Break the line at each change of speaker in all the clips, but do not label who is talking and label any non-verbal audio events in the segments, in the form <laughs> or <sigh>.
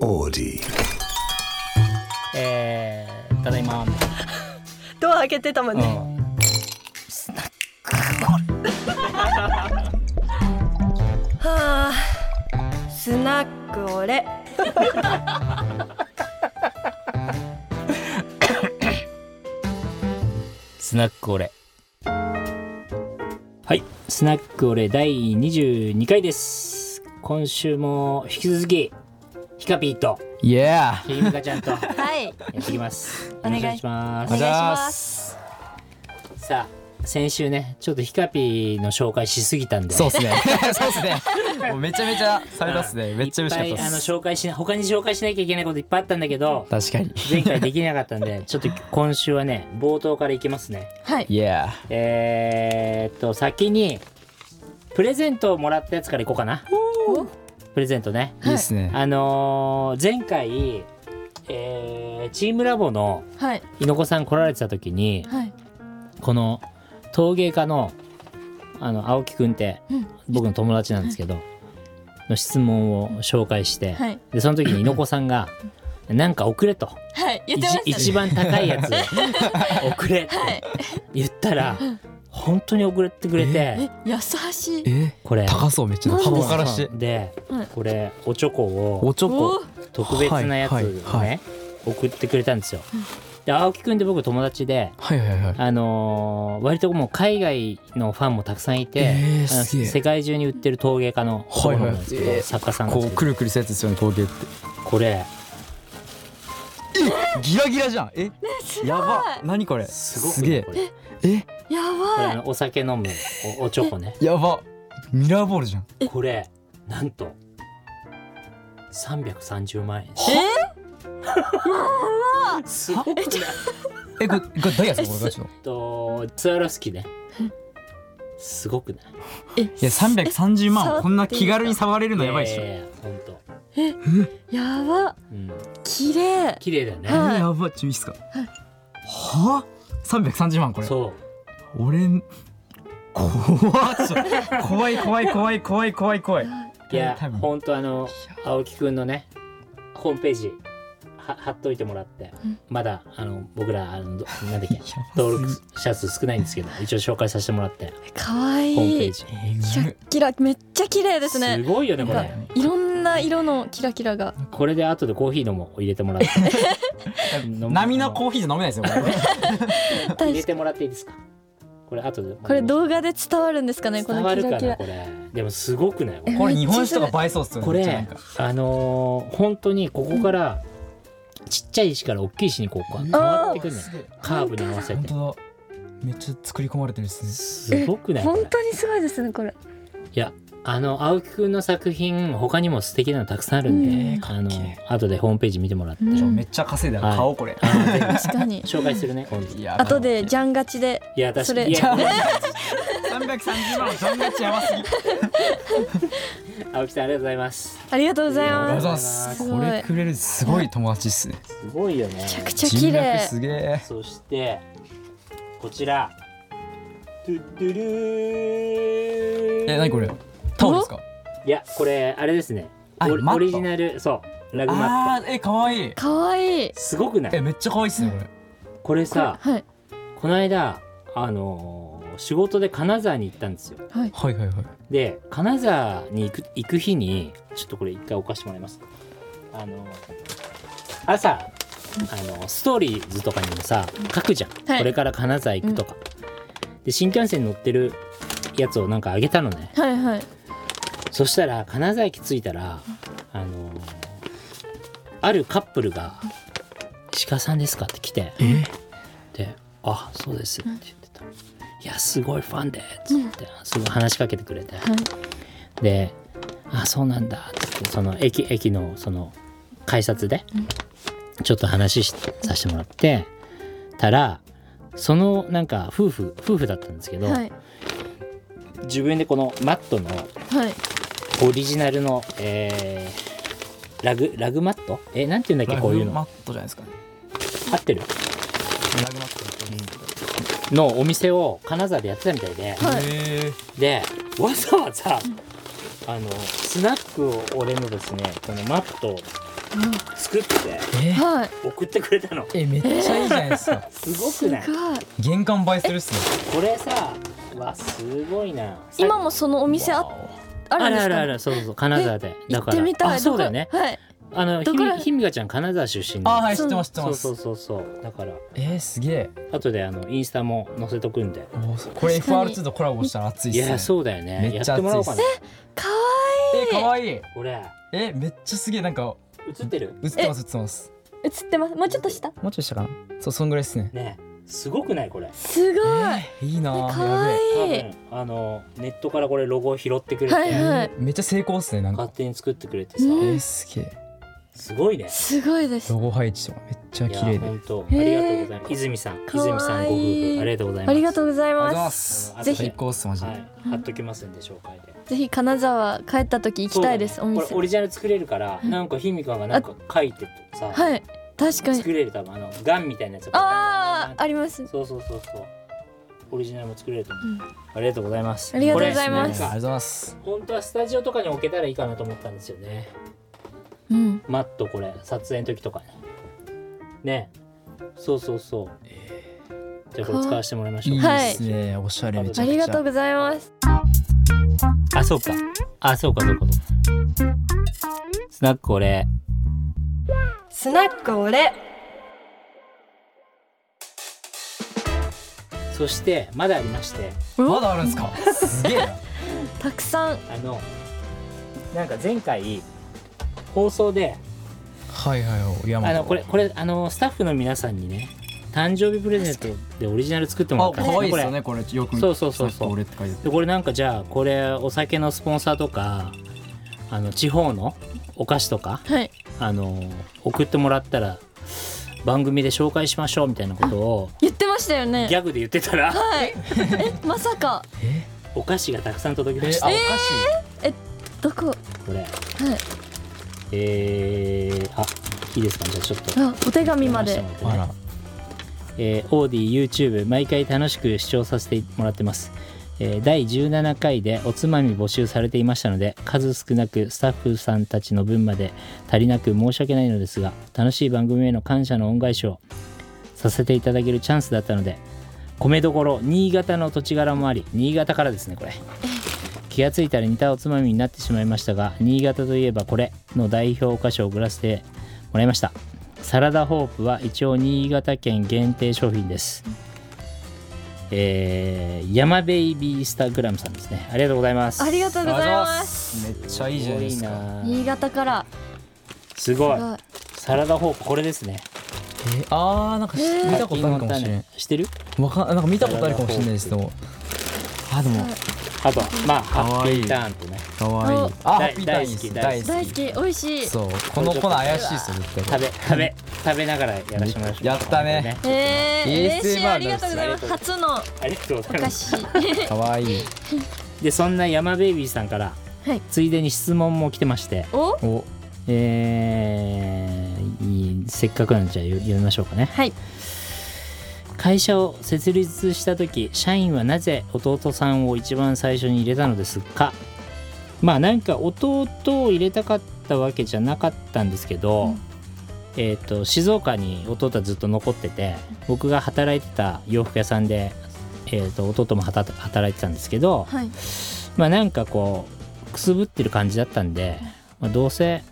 オーディ
えー、ただいま、
ドア開けてたもん
う
ね、
ん、
はあスナックオレ
スナックオレはいスナックオレ第22回です今週も引き続きヒカピーと
Yeah!
ヒミカちゃんとや
はい
っていきます
お願い
よろくま
お
す
願いします
さあ先週ねちょっとヒカピーの紹介しすぎたんで
そうっすね。 <laughs> そうっすね。もうめちゃめちゃ喋らすね。めっちゃ
いっ
嬉し
ぱ
かっ
い
た
あ
っ
の
す。
紹介しな他に紹介しなきゃいけないこといっぱいあったんだけ
<laughs>
ど
確かに。
前回できなかったんでちょっと今週はね冒頭からいきますね
はい
Yeah!
えー、っと先にプレゼントをもらったやつからいこうかなプレゼントね
いいっすね。
あのー前回、えーチームラボの
はい
猪子さん来られてた時に
はい
この陶芸家のあの青木くんって
うん
僕の友達なんですけど、の質問を紹介して、
はい
でその時に猪子さんが「なんか送れ」と
はい言
一
ってましたね
一番高い <laughs> やつ送れ」って言ったら本当に送ってくれて
え優しい
え
これ
高そうめっちゃ
なんで
箱からして。
で
はい
これおチョコ
お
を
ちょ
お
こ。
特別なやつを
はい
ね、
はいはい
送ってくれたんですよ。で青木くんって僕友達で
はいはいはい。
あのー割ともう海外のファンもたくさんいて、
えー
あの
すげえ
世界中に売ってる陶芸家の
はいはい
なんですけど、作家さんなん
こ
です
う
け
く
ど
るくるしたやつですよね、陶芸って。
これ
ギラギラじゃん。えやば。何これ。
すごく
げえ
こ。れ
え
や
これ
ば
あ
い
のお酒飲むおおチョコね
やば。ミラーボールじゃん。
これなんと330万円すごくない
え、これ、これダイヤですかこれガチの。
とツアロスキーねすごくない
え
いや、330
触っ
万
て
こんな気軽に触れるのやばいっしょ。
や
え
ややほんと
やば
うん
綺麗
綺麗だよね、
は
やば。ちょ、いいっすか。はぁ ?330 万これ。
そう
俺ん怖っちょ怖い怖い怖い怖い怖い怖い
いや
多分
本当あの青木くんのねホームページは貼っといてもらって、まだあの僕らあのどなんだっ
<laughs>
け登録者数少ないんですけど一応紹介させてもらって
可愛
ホームペ
い
ー
い
ジ
え
キラッキラめっちゃ綺麗です
す
ね
ごいよねこ
なん
れ
かいろんな色のキラキラが
これで後でコーヒーのもう入れて
<laughs>
もらって
ぐ波のコーヒーじゃ飲めないですよこれ
確か
入れ
に
てもらっていいですかこれ後で
これ動画で伝わるんですかねこ
伝
の
わ
キ
るか
ラ
な
キラ
これでもすごくない
え
これ日本酒とか映えそうっすよね
こ
めっちゃな
れ
んか
あのー本当にここから、ちっちゃい石から大きい石にこうこう変わってくるね
すげえ
カーブに合わせ
本
て
当だめっちゃ作り込まれてるっす
すごくないこれ
本当にすごいですねこれ
いやあの青木くんの作品他にも素敵なのたくさんあるんで、
うん
あの
かっけ
後でホームページ見てもらって、
うん
ねちょめっちゃ稼いだ
は
ら
い
買おうこれ
あのぜひ
確か
<laughs>
に
紹介するね今度
い
い
や
後でジャン勝ちで
や確
そ
か
れ
にいや
330万ジャンガチやばすぎ
青木さんありがとうございます
ありがとうござ
<laughs>
い
ありがとう
ま
ご
す
ざいますす
ごい
これくれるすごい友達っすね
すごいよね
めちゃくちゃ綺
人脈
麗
すげえ
そしてこちらトゥットゥルー
え、なにこれタオルですか
いやこれあれですね
あ
オリ
マット
オリジナルそうラグマット
あーえ、かわいい
可愛いい
すごくな
え、
い
めっちゃかわいいっすねこれ
これさ
はい
この間あのー仕事で金沢に行ったんですよ
はい
はいはいはい
で金沢に行く行く日にちょっとこれ一回お貸してもらえますあの朝あのストーリーズとかにもさ書くじゃん、
はい
これから金沢行くとか、で新幹線に乗ってるやつをなんかあげたのね
はいはい
そしたら金沢駅着いたらあのあるカップルが「石川さんですか?」って来てで「あそうです」って言ってた「いやすごいファンで」っつってすごい話しかけてくれて、で「あそうなんだ」っつってその駅駅のその改札でちょっと話しさせてもらってたらそのなんか夫婦夫婦だったんですけど、
はい
自分でこのマットの
はい
オリジナルの、えーラグラグマットえなんて言うんだっけこういう
ラグマ
の
ットじゃないですかね
合ってる
ラグマット
のお店を金沢でやってたみたいで、
はい
へえ
でわざわざあのスナックを俺のですねこのマット作って
え
はい
送ってくれたの
えめっちゃいいじゃないですか
すご
す
く
ごい
ない
<laughs> 玄関映えするっすね
これさわすごいな
今もそのお店あ
わお
あるんですか
あるあるあるそうそうそう金沢で
行
だ
っ
から
てみたい
あそうだよね
どこはい
あの
ど
ひ
こら
みひみがちゃん金沢出身で
あはい知ってます知って
そ
ま
う
す
そうそうそうだから
えー、すげえ
後であのインスタも載せとくんで
おーこれ
確かに
FR2 とコラボしたら熱いっ
い
すね
やそうだよね
め
や
っちゃ
って
熱いっす
もらおうかな
か
えー、かわいい
これ
えめっちゃすげえなんか
映ってる
映ってます映ってます
わいい映ってますもうちょっと下
もうちょいしたかなそうそんぐらいっすね
ねすごくないこれ
すごい、
えー、いいなー
かわ
や
多
いい
分あのネットからこれロゴを拾ってくれて、
はい
べえめっちゃ成功っすねなんか
勝手に作ってくれてさ、
え
うん
ー、すげえ
すごいね
すごいです
ロゴ配置とかめっちゃ
い
綺
や
麗で
本当ありがとうございます泉さん
かわいい
泉さんご夫婦ありがとうございます
ありがとうござい
ありがとうござ
ま
いますす
あ
ぜひ
最高っすマジで、
はい貼っときますんで紹介で
ぜひ金沢帰った時行きたいです、
そうだ
お
ね
店
これオリジナル作れるからなんかひみかがなんか書いてとさ、
はい確かに
作れる多分あのガンみたいなやつ
ああ
あ
あります
そうそうそうそうオリジナルも作れると思う、
うん
ありがとうございます
ありがとうござい
あり
ま
が
す
とう
こ
ご
れ
ざいます
本当はスタジオとかに置けたらいいかなと思ったんですよね
うん
マットこれ撮影の時とかねねそうそうそう、じゃあこれ使わせてもらいましょ
いうい
かわ
ですね、おしゃれめちゃ
あ
くちゃ
りがとうございます
あそうかあそうかそうかそうかスナックこれ
スナックオレ
そしてまだありまして
まだあるんですかすげえな
たくさん
あのなんか前回放送で
はいはいはい山
あのこれこれあのスタッフの皆さんにね誕生日プレゼントでオリジナル作ってもら
あ
ったんです
可愛いですよ
こ
ねこれよく見
そうそうそうそう
俺って書いてある
れでこれなんかじゃあこれお酒のスポンサーとかあの地方のお菓子とか
はい
あの送ってもらったら番組で紹介しましょうみたいなことを
言ってましたよね
ギャグで言ってたら
はいえまさか
え
お菓子がたくさん届き
え
まし
あ
た、
おかしい
どこはい
これえー、あいいですかねじゃあちょっと
あお手紙まで
読ませても
あ
らって
ら
ねえーオーディ YouTube 毎回楽しく視聴させてもらってます、えー第17回でおつまみ募集されていましたので数少なくスタッフさんたちの分まで足りなく申し訳ないのですが楽しい番組への感謝の恩返しをさせていただけるチャンスだったので米どころ新潟の土地柄もあり新潟からですね
<laughs>
これ気がついたら似たおつまみになってしまいましたが新潟といえばこれの代表お菓子を送らせてもらいましたサラダホープは一応新潟県限定商品です、えー、山ベイビースタグラムさんですねありがとうございます
ありがとうございます
すめっちゃいいじゃないですか
すごいな
新潟から
す
す
ご
ご
い
い
サラダホープこれですね
えーあーなんかし
えー
見たことあるかもしれない
柿の種知ってる
わかんなんか見たことあるかもしれないですでもあでも
あとまあハ
か
ッ
わ
ピ
いい
ーターンとね
可愛いあハッピータ
大
イム
好き
大好
大
き
好き美味しい
そうこの粉怪しいっすよ絶
食
対
べ食べ食べながらやらせてもらいましょう
やったね
えー、
ASMR
嬉しいありがとうございます
だ
初の
ありがとうご
お
ざいま
菓
す
子
可愛い
でそんな山ベイビーさんから、
はい
ついでに質問も来てまして
お
お
えーいいせっかくなんでじゃあ読読みましょうかね
はい
会社を設立した時社員はなぜ弟さんを一番最初に入れたのですかまあなんか弟を入れたかったわけじゃなかったんですけど、
うん
えー、と静岡に弟はずっと残ってて僕が働いてた洋服屋さんで、えー、と弟も働働いてたんですけど、
はい
まあなんかこうくすぶってる感じだったんで、まあ、どうせ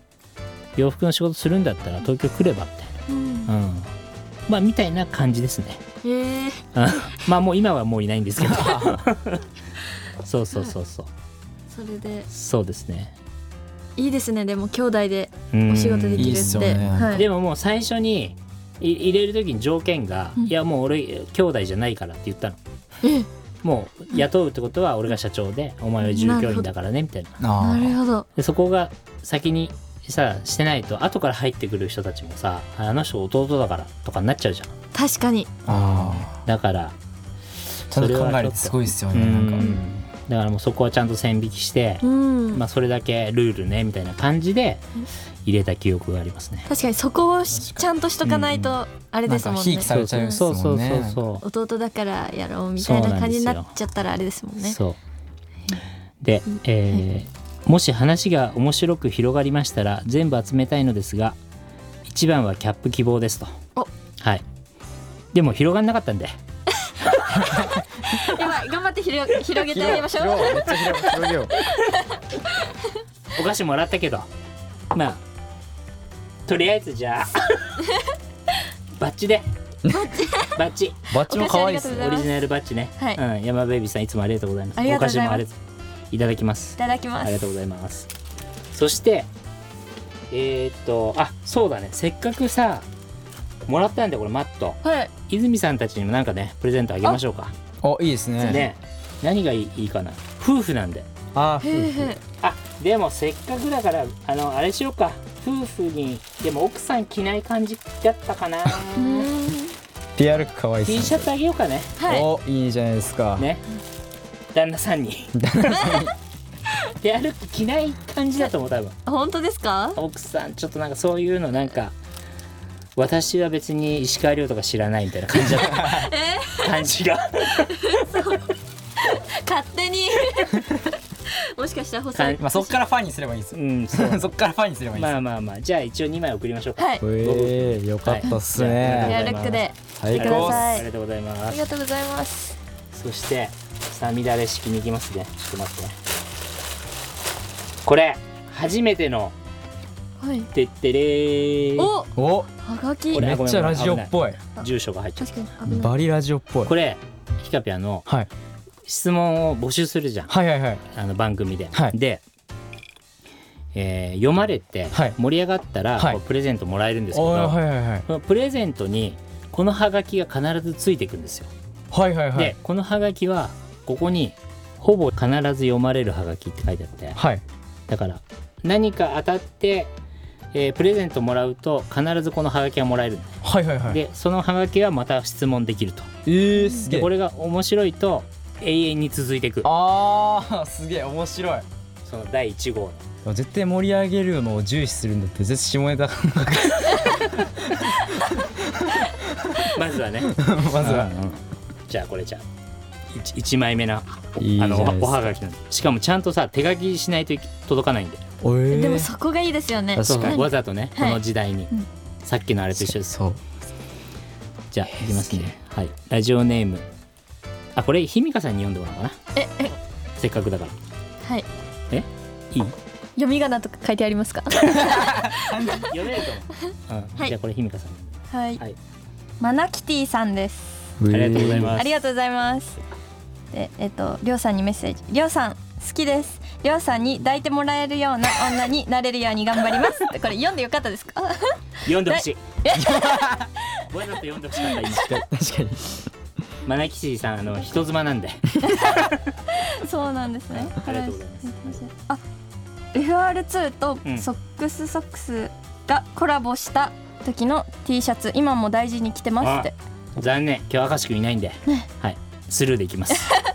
洋服の仕事するんだったら東京来ればみたい
うん
な、うん、まあみたいな感じですね
えー、
うんまあもう今はもういないんですけどそうそうそうそう
それで
そうですね
いいですねでも兄弟で
うん
お仕事できる
いいっ
っ
す
て
よね
はい、
でももう最初にい入れる時に条件が「
うん
いやもう俺兄弟じゃないから」って言ったの
え
もう雇うってことは俺が社長でお前は従業員だからねみたいな
あ
な
ー
るほど
でそこが先にさしてないと後から入ってくる人たちもさあの人弟だからとかになっちゃうじゃん
確かに
あ
だから
ーちゃんと考えるってすごいっすよ
う
ねなん
ん
か
だからもうそこはちゃんと線引きして
う、ん、
まあ、それだけルールねみたいな感じで入れた記憶がありますね。
確かにそこをし
確かに
ちゃんとしとかないとあれですもん
な
ね
んかひいきされちゃうっすもんね
そうそうそうそう
弟だからやろうみたいな感じになっちゃったらあれですもんね
そうで、えーもし話が面白く広がりましたら全部集めたいのですが一番はキャップ希望ですと
お
はいでも広がんなかったんで
やばい頑張って広げ広げてあげましょう
広いめっちゃ広い広げよう
お菓子もらったけどまあとりあえず
<laughs>
じゃあバッチでバッチ
バッチも可愛いっす
お
ね
菓子ありがとうございます
オリジナルバッチね、
はい
うん、山ベイビーさんいつもありがとうございます
ありがとうございます
お菓子もありがとういただきます
いただきま
ありが
す
とうございます。そして、えーっと、あ、そうだね。せっかくさ、もらったんでこれマット。
はい
泉さんたちにもなんかね、プレゼントあげましょうか。
おいいですね
ね、何がいいいいかな。夫婦なんで。
ああ
ふうふう
あ、でもせっかくだから、あの、あれしようか。夫婦に、でも奥さん着ない感じだったか
<laughs>
な。
うーん
PR 可愛いっす
T シャツあげようかね。
はい
おいいじゃないですか、
ね。旦那さんに。で歩く着ない感じだと思う多分
本当ですか
奥さんちょっとなんかそういうのなんか私は別に石川遼とか知らないみたいな感じだった、 <laughs> 感じが
勝手にもしかしたら細
か
い
ん
まあそっからファンにすればいいんです
う
よ
んそう
そっからファンにすればいいんです
ま
よ
あまあまあじゃあ一応2枚送りましょうか、
はい
ええよかったっすね、
はい
ペアルックで
最
あ
あ
り
り
がと
がと
うご
うご
ざ
ざ
い
い
ま
ますすありがとうございま
あり
す
がとうございます
そしてさみだれ式に行きますねちょっと待ってねこれ初めての
はい
「てってれー
お
お
はがき
これ
めっちゃラジオっぽい
住所が入っちゃっ
確かにあ
バリラジオっぽい
たこれヒカピアの
はい
質問を募集するじゃん
はいはいはい
あの番組で、
はい
で、えー読まれて
はい
盛り上がったら、
はい
こうプレゼントもらえるんですけど、
おーはいはいはい
このプレゼントにこのハガキが必ずついていくんですよ、
はいはいはい
でこのハガキはここにほぼ必ず読まれるハガキって書いてあって
はい
だから何か当たって、えープレゼントもらうと必ずこのハガキがもらえるんだよ
はいはいはい
でそのハガキはまた質問できると
えー、すげ
で
え
これが面白いと永遠に続いていく
あーすげえ面白い
その第1号の
絶対盛り上げるのを重視するんだって絶対下ネタ
まずはね
まずは
うんうんじゃあこれじゃあ 1, 枚目なあ
いいじゃないですか
のおはがきなんでしかもちゃんとさ手書きしないと届かないんで
おえー
でもそこがいいですよね
確かに
何
わざとね、
はい
この時代に、
うん
さっきのあれと一緒です
そう
じゃあいきますねはいラジオネームあこれひみかさんに読んでもらおうかな
ええ
せっかくだから
はい
えいい
読み仮名とか書いてありますか
読めると思う、うん
はい
じゃあこれひみかさん
はい、
はい
マナキティさんです
あ
ありがとうござい
す
ます、
ありがとうございます。で、えっと、りょうさんにメッセージ、りょうさん、好きです。りょうさんに抱いてもらえるような女になれるように頑張ります。これ読んでよかったですか。 <laughs>
読んでほ
<laughs>
し <laughs> いわざと読んでほしかった今
確かに
マナキシーさんあの人妻なんで
そうなんですね。
ありがとうございます
あ、FR2 と
うん
ソックスソックスがコラボした時の T シャツ、今も大事に着てますって。
残念今日明石君いないんで、はいスルーでいきます
<laughs>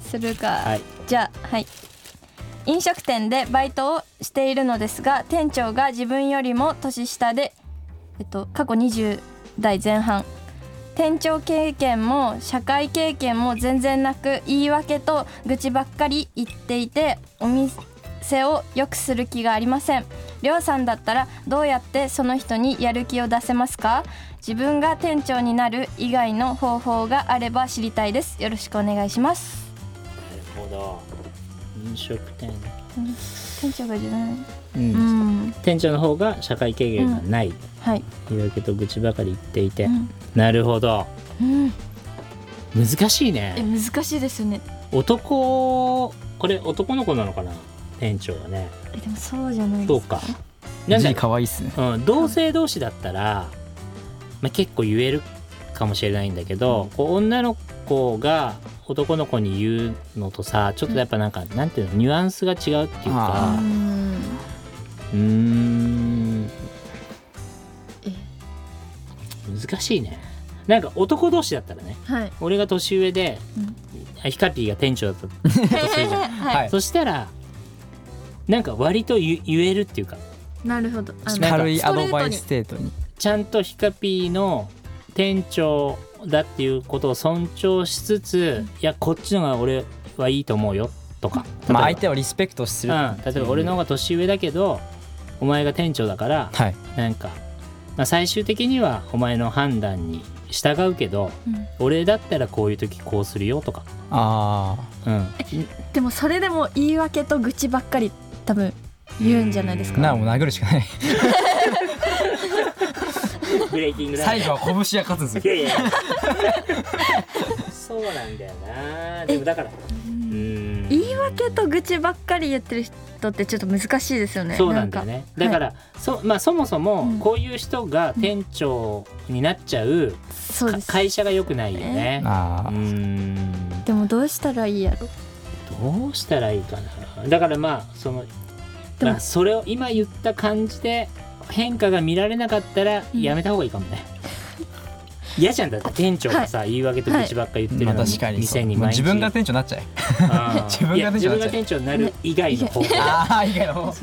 するか。
はい
じゃあはい飲食店でバイトをしているのですが店長が自分よりも年下で、えっと、過去20代前半店長経験も社会経験も全然なく言い訳と愚痴ばっかり言っていてお店を良くする気がありませんりょうさんだったらどうやってその人にやる気を出せますか自分が店長になる以外の方法があれば知りたいですよろしくお願いします
なるほど飲食店
店長が自分
うん、
うん
店長の方が社会経験がない、
はい
言い訳と愚痴ばかり言っていて、
ん
なるほど
うん
難しい
え
ね
難しいですよね
男これ男の子なのかな店長はね
えでもそうじゃない
そう
です
か
か
なんだ
G 可愛いっすね
うん、同性同士だったら、まあ、結構言えるかもしれないんだけど、こう女の子が男の子に言うのとさちょっとやっぱなんか、なんていうのニュアンスが違うっていう
う
か
ん
うーん
え
難しいねなんか男同士だったらね
はい
俺が年上で、
うん
あヒカピーが店長だった
<laughs>
はい
そしたらなんか割と言言えるっていうか
なるほどあの
軽いアドバイス程度に
ちゃんとヒカピーの店長だっていうことを尊重しつつ、いやこっちのが俺はいいと思うよとか
まあ相
を
手をリスペクトす
う
る
ん、例えば俺の方が年上だけどお前が店長だから
はい
なんかまあ、最終的にはお前の判断に従うけど、
うん
俺だったらこういう時こうするよとか、
あ
うん、
でもそれでも言い訳と愚痴ばっかり多分言うんじゃないです
ーな
か
あもう殴るしかない
ブレイキング
あ
ダウン
最後は拳が勝つんです
い
よ
やいや <laughs> そうなんだよなでもだからうん
言い訳と愚痴ばっかり言ってる人ってちょっと難しいですよね
そうなんだよね
な
だ
んか
から、そまあ、そもそ
うん
もこういう人が店長になっちゃう、
なんかそう
か
です
会社が良くないよね、
あ
う
ー
ん
でもどうしたらいいやろ
どうしたらいいかなだからまあその、
でも
まあ、それを今言った感じで変化が見られなかったら
うん
やめた方がいいかもね、嫌じゃんだって店長がさ、言い訳と口ばっか言ってるの
ま
に、
あ確かにそう
店に
もう
毎日
自分が店長になっちゃえ
あ
<laughs> 自分
ー
が
いや
店
自
長に
分が
なっちゃえ
店長になる以外の方
<laughs>
法
ああいいかよ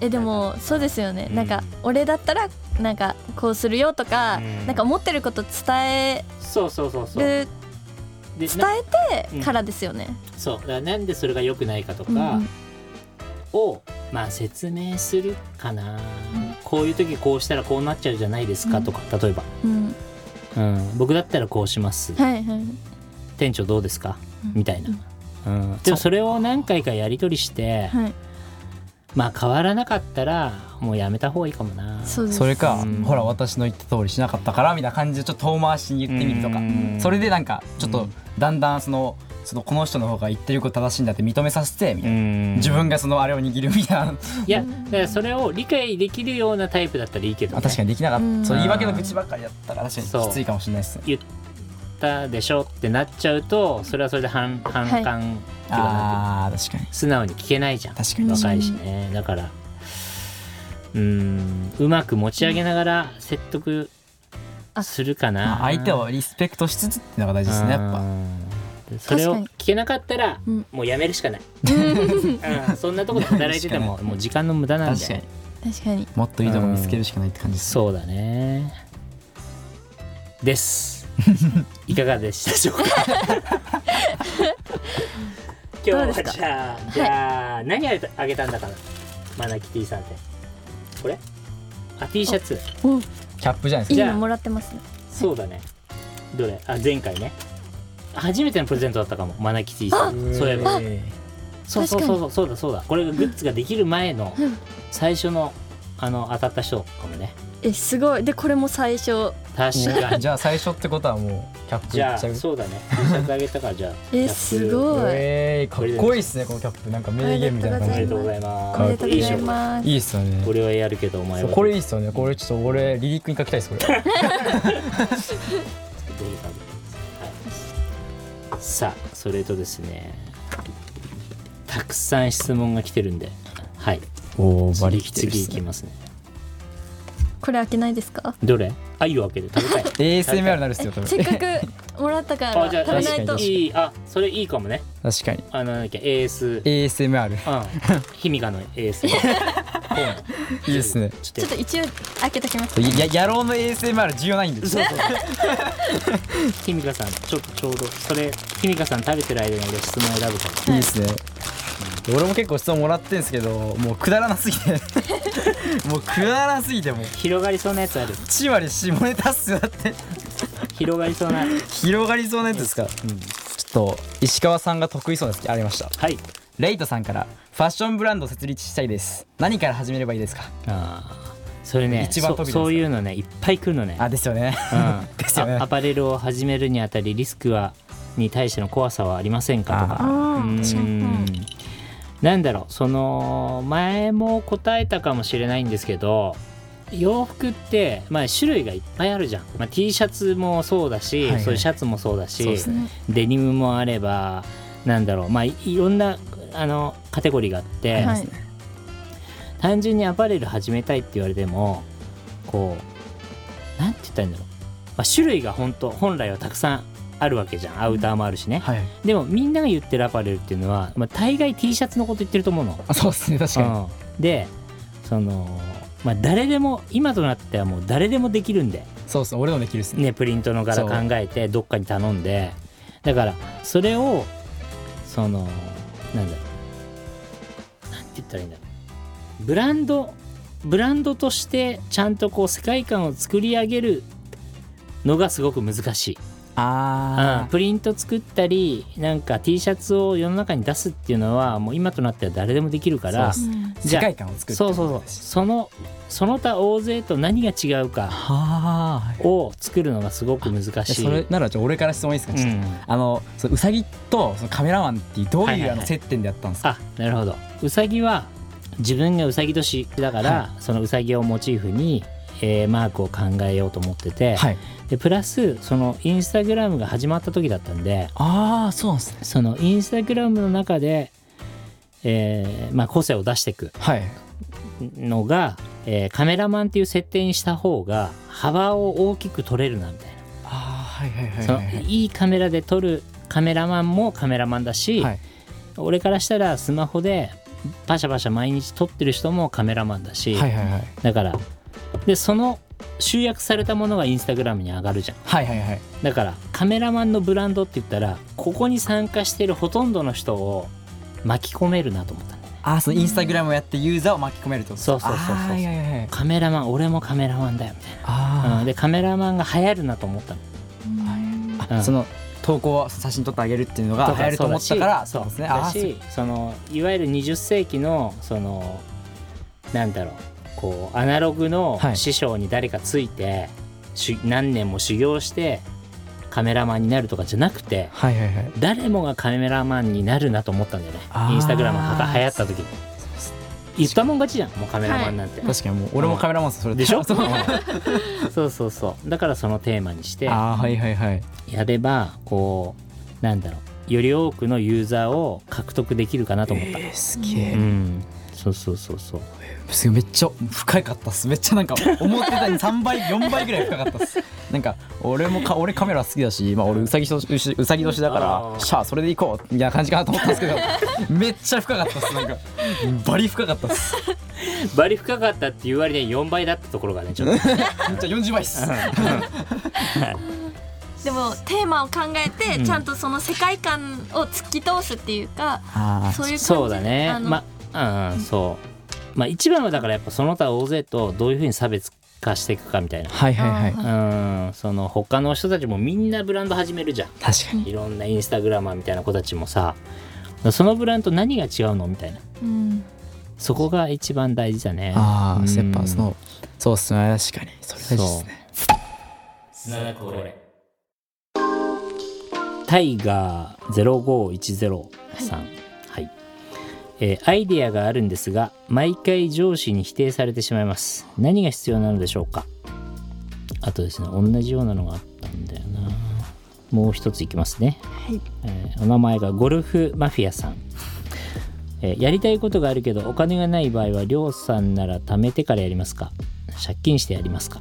えでもそうですよね
うん
なんか俺だったらなんかこうするよとか
うん
なんか思ってること伝え
そうそうそうそう
る
で
伝
な
えてからですよね
そうだからなんでそれが良くないかと
うんう
か
ん
を、まあ説明するかな、こういう時こうしたらこうなっちゃうじゃないですかとか、例えば、
うん
うん、僕だったらこうします、
はいはい
店長どうですか
うん
みたいな、うんでもそれを何回かやり取りして、
はい
まあ変わらなかったらもうやめた方がいいかもな
そうです
それか、
うん
ほら私の言った通りしなかったからみたいな感じでちょっと遠回しに言ってみるとか
うん
それでなんかちょっ
う
と
ん
だんだんそのそのこの人の方が言ってること正しいんだって認めさせてみたいな、
うん
自分がそのあれを握るみたいな
いやだからそれを理解できるようなタイプだったらいいけど、ね、
あ確かにできなかった、
うん
そう言い訳の口ばっかりだったから確か
そう
にきついかもしれないですね
言ったでしょってなっちゃうとそれはそれで反反感っていうかなんていうの
あー確かに
素直に聞けないじゃん
確かに
若いしねだからうーんうまく持ち上げながら説得するかな、
まあ相手をリスペクトしつつってのが大事ですねやっぱ
ぱそれを
確
聞
か
けなかったら
うん
もうやめるしか
<laughs>
ない、うんそんなとこで働いてて
やめるし
も
かない
もう時間の無駄なん
確か
で
に
確かに
もっといいとこ見つけるしかないって感じですね、
そうだねです <laughs> いかがでしたでしょうか <laughs> 今
どうで
日
す
は
か
じゃあじゃあ、何あげたあげたんだかなマナキ T さんってこれあ T シャツ
お
キャップじゃないです
いい
じゃあ
のもらってますね
そうだね。どれあ、前回ね。初めてのプレゼントだったかも、マナキティさん。そういえば。そうそうそうそう、そうだそうだ。これがグッズができる前の
うん
最初のあの当たった人かもね。
えすごいでこれも最初
確か
か
に。
じゃあ最初ってことはもうキャップ
じゃ
ちゃ
あ、
う
そうだね。T シャツあげたから、じゃあ。
<laughs> え
キャップ
すごい
えー、かっこいいっすねこのキャップなんか名言みたいな
お
感
め
じ
で
で
とうございま
お
す。
めでとうござ
い
い
い勝
ます
いいっすよね
負俺はやるけど、お前
そう
は。
これい
ぜ
いっすよねこれちょっと俺リリックに書きたいですこれ
ひ食べてくださいはいさあ、それとですね。たくさん質問が来てるんで。はい。
おお
次、 <laughs> 次いきますね。
これ開けないですか
どれ愛を開けて食
<laughs>
べたい
ASMR になるっすよ多分
せっかくもらったから
あじゃあ
食べないと
確か
いいあそれいいかもね
確かに
あのなんだっけ AS うん
ASMR <laughs>
ひみがの AS
いいですね
ち
ちょっと一応開けときます
やや野郎の ASMR 重要ないんですよ
ひみかさんちょっとちょうどそれひみかさん食べてる間に俺質問選ぶから
いいですね俺も結構質問もらってんですけどもうくだらなすぎ <laughs> てもうくだらなすぎてもう
広がりそうなやつある
ちまり下ネタっすよだって
広がりそうな、うん、
広がりそうなやつですからちょっと石川さんが得意そうなやつありました
はい
レイトさんからファッションブランドを設立したいです何から始めればいいですか
あーそれね
一番
そ
飛びです
そういうのねいっぱい来るのね
あですよね
うん
<laughs> ですよね
あアパレルを始めるにあたりリスクはに対しての怖さはありませんかとか
あ
うーんなんだろうその前も答えたかもしれないんですけど洋服って、まあ、種類がいっぱいあるじゃん、まあ、T シャツもそうだし、
はいはい
そういうシャツもそうだし
そうですね
デニムもあればなんだろう、まあ、いいろんなあのカテゴリーがあって、
はい
単純にアパレル始めたいって言われてもこうなんて言ったらいいんだろう、まあ、種類が本当本来はたくさんあるわけじゃんアウターもあるしね、
はい
でもみんなが言ってるアパレルっていうのは、まあ、大概 T シャツのこと言ってると思うの。
あそうですね確かに
うんでその、まあ、誰でも今となってはもう誰でもできるんで、
そうっすね俺のできるっすね
ね、プリントの柄
そう
考えてどっかに頼んでだからそれをそのなんだろうなんて言ったらいいんだろうブランドブランドとしてちゃんとこう世界観を作り上げるのがすごく難しい、うん
あ
プリント作ったりなんか T シャツを世の中に出すっていうのはもう今となっては誰でもできるから
そ
う
う
ん
ー世界観を作る
そうそうそうそのその他大勢と何が違うか
はあ
を作るのがすごく難しい。
それならじゃあ俺から質問いいですか、ちょっと
うん
あのそのうさぎとそのカメラマンっていうどう
はいはいいうは
あ
い
の接点でやったんですか、
あなるほどうさぎは自分がうさぎ年だから、そのうさぎをモチーフに、えーマークを考えようと思ってて、
はい
でプラスそのインスタグラムが始まった時だったんで
ああそうなんですね
そのインスタグラムの中で、えーまあ、個性を出していく
はい
のが、えーカメラマンっていう設定にした方が幅を大きく取れるなみたいな、
ああはいはいはい
そ
は
の
い
いいカメラで撮るカメラマンもカメラマンだし、
はい
俺からしたらスマホでパシャパシャ毎日撮ってる人もカメラマンだし、
はいはいはい
だからでその集約されたものがインスタグラムに上がるじゃん
はいはいはい
だからカメラマンのブランドって言ったらここに参加してるほとんどの人を巻き込めるなと思ったんだよね
ああそのインスタグラムをやってユーザーを巻き込めるってことですか
そうそうそうそう
あーはいはいはい
カメラマン俺もカメラマンだよみたいな、うん
あ
でカメラマンが流行るなと思ったの
ー
うん
あその投稿を写真撮ってあげるっていうのが流行ると思ったから
そう
そう
だ
で
し
すね
そう
あ
だ
ー
しそのいわゆる20世紀のそのなんだろうこうアナログの
はい
師匠に誰かついて、し何年も修行してカメラマンになるとかじゃなくて
はいはいはい
誰もがカメラマンになるなと思ったんだよね
あー
インスタグラムが流行った時に言ったもん勝ちじゃんもうカメラマンなんて、
確かにもう俺もカメラマンですそれ
でしょ
<laughs> そう
そうそうそうだからそのテーマにして
ああはいはいはい
やればこうなんだろうより多くのユーザーを獲得できるかなと思った、
えーすげえ
うんそうそうそうそう
すごいめっちゃ深かったっすめっちゃなんか思ってた3倍4倍ぐらい深かったっすなんか俺もか俺カメラ好きだし、まあ、俺うさぎ年うしうさぎ年だか
あ
ら
ー
シャあそれでいこうみたいな感じかなと思ったんです
<laughs>
けどめっちゃ深かったっすなんかバリ深かったっす
バリ深かったっていう割には4倍だったところがねちょっと
めっちゃ40倍っす
でもテーマを考えてちゃんとその世界観を突き通すっていうか、
あ
そういう感じ
<laughs> そうだね
あの
まあうんそうまあ一番はだからやっぱその他大勢とどういうふうに差別化していくかみたいな
はいはいはい
あー
うんその他の人たちもみんなブランド始めるじゃん
確かに
いろんなインスタグラマーみたいな子たちもさそのブランドと何が違うのみたいな
うん
そこが一番大事だね
ああ
う
や
ん
っぱそのそうっすね確かにそれ大事っすね
タイガー0510さん、はいえーアイデアがあるんですが毎回上司に否定されてしまいます何が必要なのでしょうかあとですね同じようなのがあったんだよなもう一ついきますね、
い
えーお名前がゴルフマフィアさん、えーやりたいことがあるけどお金がない場合はりょうさんなら貯めてからやりますか借金してやりますか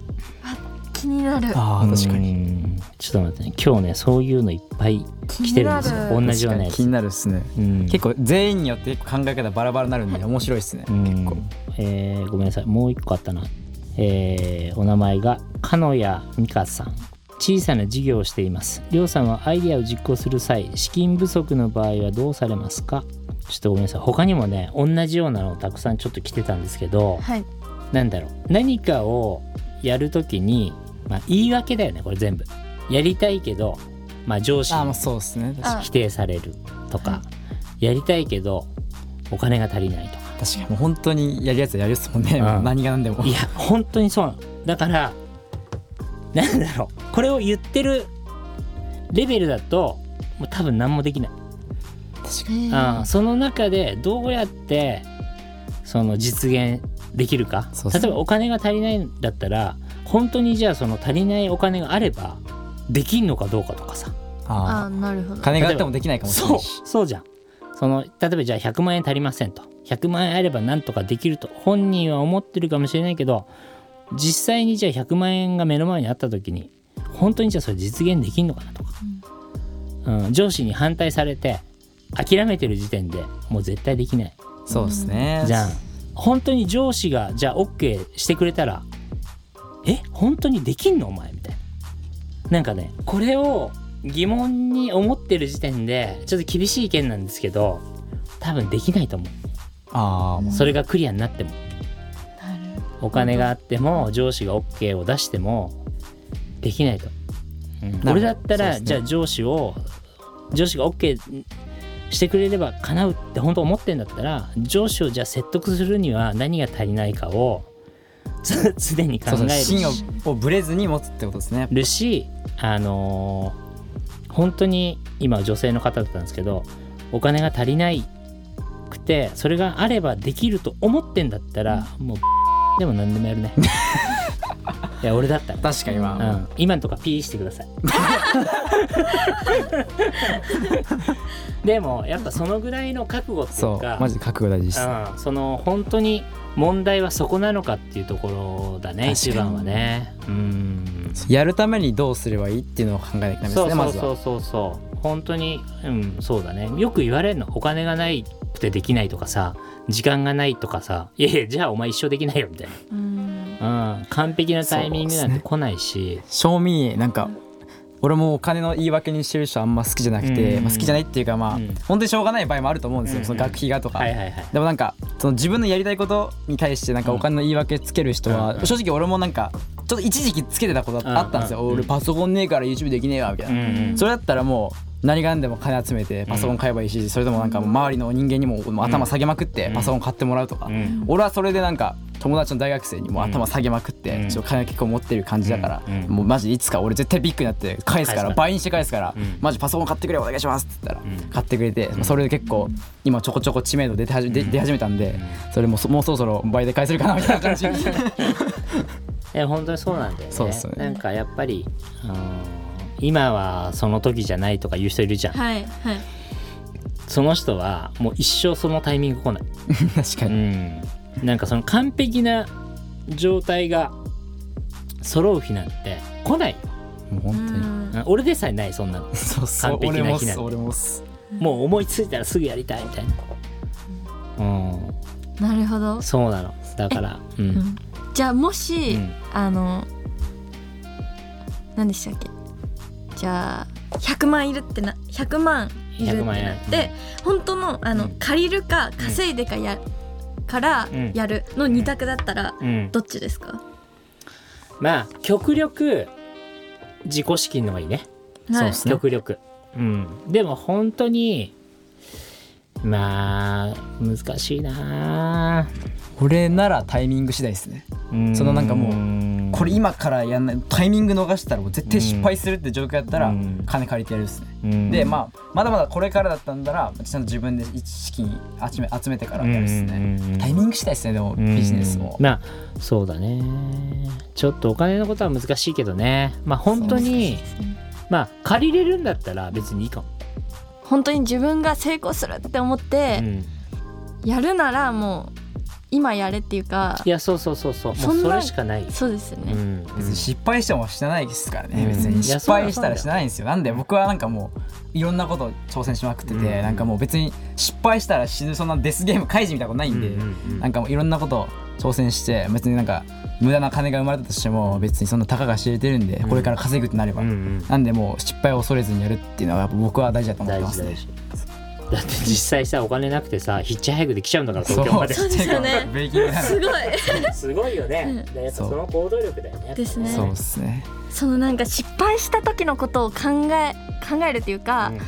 気になる
ああ確かに
にちょっと待ってね今日ねそういうのいっぱい来てるんですよ同じようなや
確かに気
つ
になるっすね
うん
結構全員によって考え方バラバラになるんで面白いっすね
うん
結構
えーごめんなさいもう一個あったなえーお名前が鹿屋美香さん小さな事業をしていますりょうさんはアイデアを実行する際資金不足の場合はどうされますかちょっとごめんなさい他にもね同じようなのたくさんちょっと来てたんですけど
はい
なんだろう何かをやるときに、まあ、言い訳だよねこれ全部やりたいけど、まあ、上司
ああま
に
あそうっすね確かに
あ
否定されるとかやりたいけどお金が足りないとか
確かにもう本当にやるやつはやるっすもんね、
うん
何が何でも
いや本当にそうなのだからなんだろうこれを言ってるレベルだともう多分何もできない、
え
確
ー
うんその中でどうやってその実現できるか
そうそ
例
う
えばお金が足りないんだったら本当にじゃあその足りないお金があればできんのかどうかとかさ
あ
あ
なるほど
あ金があってもできないかもしれな
そ
いうし
そうじゃんその例えばじゃあ100万円足りませんと100万円あればなんとかできると本人は思ってるかもしれないけど実際にじゃあ100万円が目の前にあった時に本当にじゃあそれ実現できんのかなとか、うん上司に反対されて諦めてる時点でもう絶対できない
そうですね
じゃん本当に上司がじゃあ OK してくれたらえ本当にできんのお前みたいななんかねこれを疑問に思ってる時点でちょっと厳しい意見なんですけど多分できないと思う
ああもう
それがクリアになっても、
なる
お金があっても上司が OK を出してもできないと、うん
ほど
俺だったら、
そうですね
じゃあ上司を上司が OK してくれれば叶うって本当思ってんだったら上司をじゃあ説得するには何が足りないかをつ常に考
そうそう
え
芯
る
ををぶれずに持つってことですね
るしあのー本当に今女性の方だったんですけどお金が足りないくてそれがあればできると思ってんだったら、もう <laughs> でも何でもやる <laughs> ねいや俺だったら、
確かにまあ、
うん、今のとかピーしてくださいでもやっぱそのぐらいの覚悟ってい
そうう
か
マジで覚悟大事です
うん、その本当に問題はそこなのかっていうところだね
確かに
一番はねうん
やるためにどうすればいいっていうのを考えなきゃダメです
そう
ね
そ
ま
う
ず
そ
は
うそうそう本当にうんそうだねよく言われるのお金がないくてできないとかさ時間がないとかさいやいやじゃあお前一生できないよみたい
うん
な、うん、完璧なタイミングなん
そうです
て
ね
来ないし、
賞味なんか俺もお金の言い訳にしてる人あんま好きじゃなくて、
うん
まあ、好きじゃないっていうかまあ、
うん
本当にしょうがない場合もあると思うんですよ、
うん
その学費がとか、
はいはいはい
でもなんかその自分のやりたいことに対してなんか
うん
お金の言い訳つける人は、
うん
正直俺もなんかちょっと一時期つけてたことあったんですよ、
うんうん
俺パソコンねえから YouTube できねえわみたいな、
うん
それだったらもう何がんでも金集めてパソコン買えばいいし、それともなんかもう周りの人間にももう頭下げまくって
ん
パソコン買ってもらうとか、
うん
俺はそれでなんか友達の大学生にもう頭下げまくっ
う
て
ん
ちょっと金結構持ってる感じだから、
うんうん
もうマジでいつか俺絶対ビッグになって
返
返すか
すからら
倍にして返すから、
うん
マジパソコン買ってくれお願いしますって言ったら
うん
買ってくれて、それで結構今ちょこちょこ知名度出てはじ出出始めたんで、それもそもうそろそろ倍で返せるかなみたいな感
<laughs>
じ
え本当にそうなんだよね
そうですよね
なんかやっぱり、うん、今はその時じゃないとか言う人いるじゃん、
はいはい
その人はもう一生そのタイミング来ない
確か
う
に、
ん、なんかその完璧な状態が揃う日なんて来ないよ、
もう本当に、
うん俺でさえないそんなの
そうそう
完璧
俺
な
もっ
日なん
す
て
俺もっす
もう思いついたらすぐやりたいみたいなう
なるほど
んそうなのだからうん、
んじゃあも
う
し、
ん
あの何でしたっけじゃあ100万いるってな100万いるって
100万円
なって本当のあの、
うん
借りるか稼いでかや、から
うん
やるの二択だったら、
うん
どっちですか、
まあ極力自己資金の方がいいね
は
そう
い
っすね
極力、うん、でも本当にまあ難しいな
俺ならタイミング次第ですねそのなんかもう
う
これ今からやんないタイミング逃したらもう絶対失敗するって状況やった
う
ら
ん
金借りてやるですね、
うん
でまあまだまだこれからだったんだらちゃんと自分で一資金集め集めてからやるっすね、
うんうんうん
タイミング次第ですねでもビジネスも、
まあそうだねちょっとお金のことは難しいけどねまあ本当に、まあ借りれるんだったら別にいいかも、
本当に自分が成功するって思っ
う
て
ん、
やるならもう今やれっていうか
いやそうそうそうそうも
そ
うん
な
それしかない
そうですよ
う
ね、
ん
別に失敗してもしてないですからね、
うん
別
うん
に
いや
失敗したらしてないんですよなんで僕はなんかもういろんなこと挑戦しまくってて、
うん
なんかもう別に失敗したら死ぬそんなデスゲーム開示みたいなことないんで、なん
か
かもういろんなこと挑戦して別になんか無駄な金が生まれたとしても別にそんなたかが知れてるんで、
ん
これから稼ぐってなれば、
うんうん
なんでもう失敗を恐れずにやるっていうのはやっぱ僕は大事だと思って
大
ま
事
す
大
ね
事だって実際さお金なくてさヒッチハイクで来ちゃうんだから東京まで
そう
ですよね
ブレイキングダウン
すごい
<laughs> すごいよねだからやっぱ
そう
その行動力だよね
ですね
そうですね
そのなんか失敗した時のことを考え考えるというか、
うん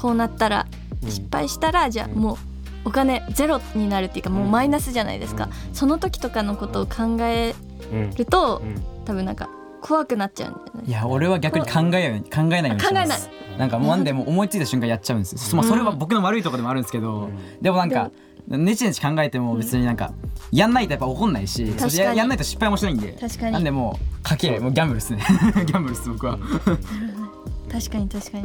こうなったら失敗したらじゃあもうお金ゼロになるっていうかもうマイナスじゃないですか、その時とかのことを考え
うんうん
ると
うん
多分なんか怖くなっちゃうんじゃない
いや俺は逆に考えように考えないようにしてます
考
なんかもうなんでもう思いついた瞬間やっちゃうんですよ、まあ、それは僕の悪いところでもあるんですけど、でもなんかねちねち考えても別になんかやんないとやっぱ怒んないし
確かに
それややんないと失敗もしないんで
確かに
なんでもうかけるもうギャンブルですね <laughs> ギャンブルです僕は、
確かに確かに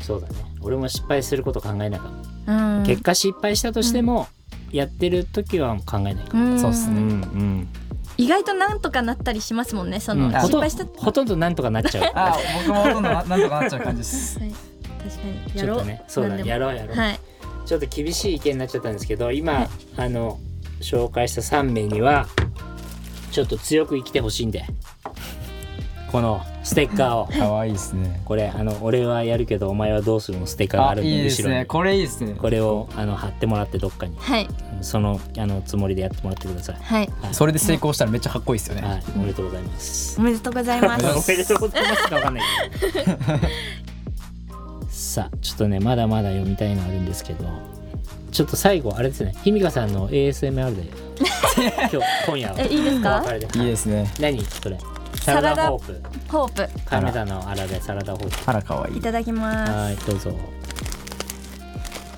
そうだね俺も失敗すること考えなかった
うん
結果失敗したとしてもやってる時は考えないか
うん
そうっす
ら
ね
うん
意外となんとかなったりしますもんねその、
うん
失敗した
ほとんほとんどなんとかなっちゃう
ああ僕もほとんどななんとかなっちゃう感じです
はい確かに
ち
や
ょ
ろ
っ
う
とねそう
何
だね
でも
やろうやろう、
はい
ちょっと厳しい意見になっちゃったんですけど今、あの紹介した3名にはちょっと強く生きてほしいんでこのステッカーを
可愛いですね。
これあの俺はやるけどお前はどうするのステッカーがあ
あ
るんで
いいで
後
す
ろ
ね
に
これいいですね
これをあの貼ってもらってどっかに
はい
うんそのあのつもりでやってもらってください。
はい
それで成功したらめっちゃかっこいいですよね。
はい、おめでとうございます
お。めでとうございます
おめでとうございますかわかんないけどさあちょっとねまだまだ読みたいのあるんですけどちょっと最後あれですねひみかさんの ASMR
<laughs>
で今日今夜は
えいいで
<laughs>
す
お
か
別れで
いいですね。
何それサラダホープ
ホープ
カメラのあらでサラダホープ
あら可愛
い
い。
ただきます
はいどうぞ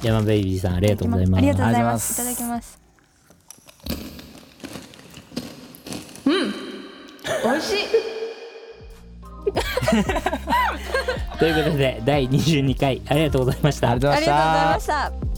山ベイビーさんありがとうございます
ありがとうござい
ま
ますすいただきます
ということで第22回ありがとうございました
ありがとうございました。
ありがとうございました